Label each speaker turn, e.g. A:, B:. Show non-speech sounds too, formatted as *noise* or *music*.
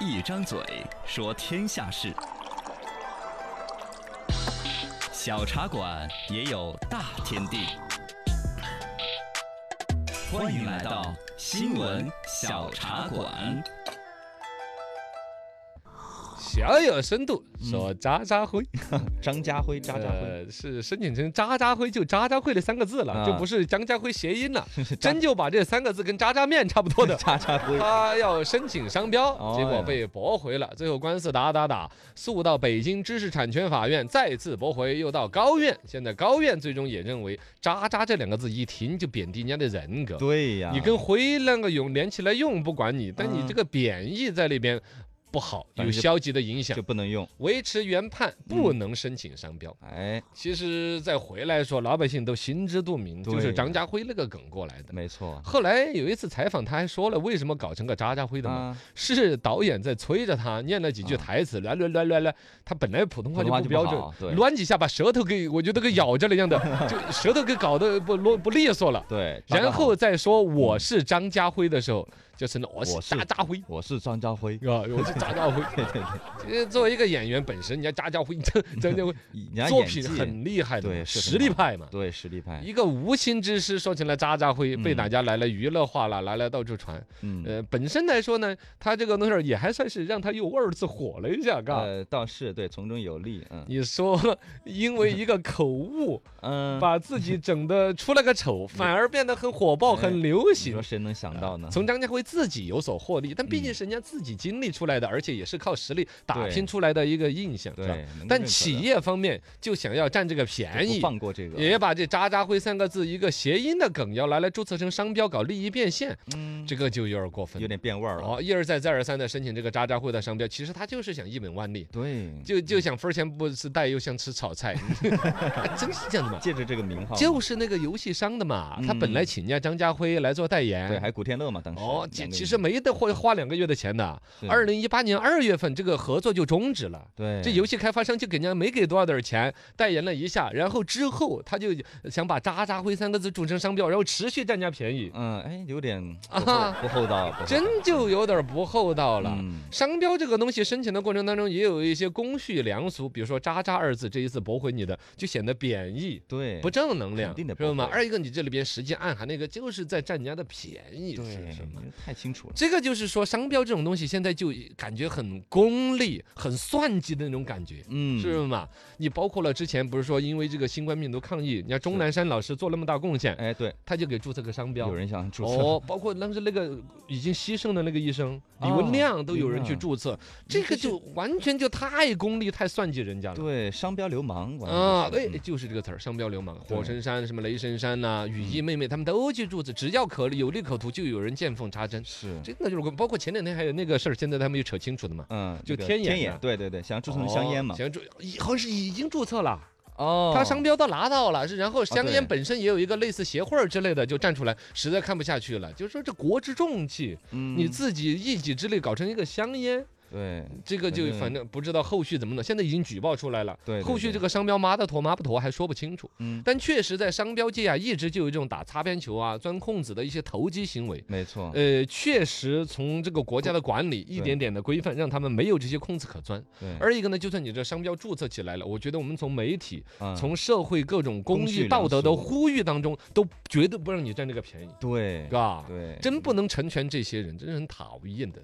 A: 一张嘴说天下事，小茶馆也有大天地。欢迎来到新闻小茶馆。
B: 小有深度，说渣渣辉，
C: 张家辉，渣渣辉，
B: 呃是申请成渣渣辉就渣渣辉这三个字了，
C: 啊。
B: 就不是张家辉谐音了，真就把这三个字跟渣渣面差不多的
C: *laughs* 渣渣辉，
B: 他要申请商标，
C: 哦
B: 结果被驳回了。最后官司打打打，诉到北京知识产权法院，再次驳回，又到高院。现在高院最终也认为“渣渣”这两个字一听就贬低人家的人格。
C: 对啊呀，
B: 你跟灰那个用连起来用不管你，但你
C: 嗯
B: 这个贬义在那边不好，
C: 反正
B: 有
C: 就
B: 消极的影响
C: 就。不能用，
B: 维持原判，
C: 嗯
B: 不能申请商标。
C: 哎，
B: 其实再回来说，老百姓都心知肚明，
C: 对
B: 就是张家辉那个梗过来的。
C: 没错，
B: 后来有一次采访，他还说了为什么搞成个渣渣辉的嘛，
C: 啊，
B: 是导演在催着他念了几句台词，来来来来来，他本来普通话就不标
C: 普通话就不好
B: 准，
C: 对
B: 乱几下把舌头给我觉得跟咬着了
C: *laughs*
B: 一样的，就舌头给搞得不啰不利索了。
C: 对，渣渣
B: 然后
C: 好嗯
B: 再说我是张家辉的时候，就成了我是
C: 我是
B: 渣渣辉。
C: 我是张家辉，
B: 啊， *laughs* 我是渣渣辉。呃作为一个演员本身，人家渣渣辉、张
C: *laughs*
B: 张家辉
C: 人家
B: 作
C: 演
B: 品
C: 技，
B: 很厉害的嘛，
C: 对是很
B: 实力派嘛。
C: 对，实力派，
B: 一个无心之失说起来渣渣辉，被
C: 嗯
B: 大家来了娱乐化了，来了到处传。
C: 嗯，
B: 呃，本身来说呢，他这个东西儿也还算是让他又二次火了一下，嘎。
C: 呃，倒是对，从中有利，嗯
B: 你说，因为一个口误，
C: *laughs* 嗯，
B: 把自己整的出了个
C: *laughs*
B: 丑，反而变得很火爆、
C: 哎
B: 很流
C: 你
B: 行
C: 说。谁能想到呢？
B: 从张家辉自己有所获利，但
C: 嗯
B: 毕竟是人家自己经历出来的，而且也是靠实力打拼出来的一个印象，是吧
C: 对，能
B: 但
C: 认可
B: 企
C: 的
B: 业方面就想要占这个
C: 就
B: 便
C: 不
B: 宜，
C: 放过这个，
B: 也把这“渣渣辉”三个字一个谐音的梗，要拿来注册成商标搞利益变现，
C: 嗯，
B: 这个就有点过分
C: 有。点变味儿了，
B: 哦，一而再，再而三的申请这个“渣渣辉”的商标，其实他就是想一本万利，
C: 对，
B: 就就想分钱不是带，又想吃炒
C: *laughs*
B: 菜，哎真是这样的嘛？
C: 借着这个名号嘛，
B: 就是那个游戏商的嘛，他本
C: 嗯
B: 来请人家张家辉来做代言，
C: 对，还古天乐嘛，当时
B: 哎哦，
C: 两
B: 其
C: 个嗯
B: 其
C: 人
B: 实没得花花两个月的钱的。
C: 是
B: 二零一八年二月份，这个合作就终止了。
C: 对，
B: 这游戏开发商就给人家没给多少点儿钱，代言了一下，然后之后他就想把“渣渣辉”三个字注成商标，然后持续占人家便宜，
C: 嗯，哎，有点不
B: 啊
C: 厚不厚道，不厚道
B: 真就有点儿不厚道了。
C: 嗯
B: 商标这个东西申请的过程当中，也有一些公序良俗，比如说“渣渣”二字，这一次驳回你的，就显得贬义。
C: 对，
B: 不正能量，
C: 肯定得
B: 是吗？
C: 驳回
B: 二一个，你这里边实际暗含那个，就是在占人家的便宜，
C: 对，
B: 是什么？
C: 你太清楚了。
B: 这个就是说，商标这种东西现在就感觉很功利、很算计的那种感觉。
C: 嗯
B: 是吗？你包括了之前不是说因为这个新冠病毒抗疫，人家钟南山老师做那么大贡献，
C: 哎，对，
B: 他就给注册个商标。
C: 有人想注册，
B: 哦，包括当时那个已经牺牲的那个医生
C: 哦
B: 李文亮都有人去
C: 李文亮
B: 注册，这个
C: 这是
B: 就完全就太功利、太算计人家了。
C: 嗯对，商标流氓完
B: 啊，
C: 全
B: 对
C: 是，嗯
B: 就是这个词儿，商标流氓，
C: 对嗯
B: 火神山、什么雷神山呐、啊羽翼妹妹，他们都去注册，只要可有利可图，就有人见缝插针。
C: 是，
B: 真的就是个包括前两天还有那个事儿，现在他们又扯清楚的嘛。
C: 嗯，
B: 就
C: 这个
B: 天眼
C: 天
B: 的
C: 眼，对对对，想注册成香烟嘛
B: 哦，想注已好像是已经注册了，
C: 哦
B: 他商标都拿到了，是然后香烟
C: 对
B: 本身也有一个类似协会儿之类的，就站出来，实在看不下去了，就说这国之重器，你
C: 你
B: 自己一己之力搞成一个香烟，
C: 嗯对
B: 这个就
C: 反正
B: 反正不知道后续怎么弄，现在已经举报出来了，
C: 对对
B: 后续
C: 对
B: 这个商标麻的妥麻不妥还说不清楚，
C: 嗯，
B: 但确实在商标界啊，一直就有这种打擦边球啊、钻空子的一些投机行为。
C: 没错，
B: 呃，确实从这个国家的管理一点点的规范，让他们没有这些空子可钻。
C: 对，
B: 二一个呢，就算你这商标注册起来了，我觉得我们从媒体、
C: 嗯
B: 从社会各种公
C: 公序
B: 益
C: 良
B: 道德的
C: 俗
B: 呼吁当中，都绝对不让你占这个便宜，
C: 对
B: 嘎，
C: 哎对，
B: 真不能成全这些人，真是很讨厌的。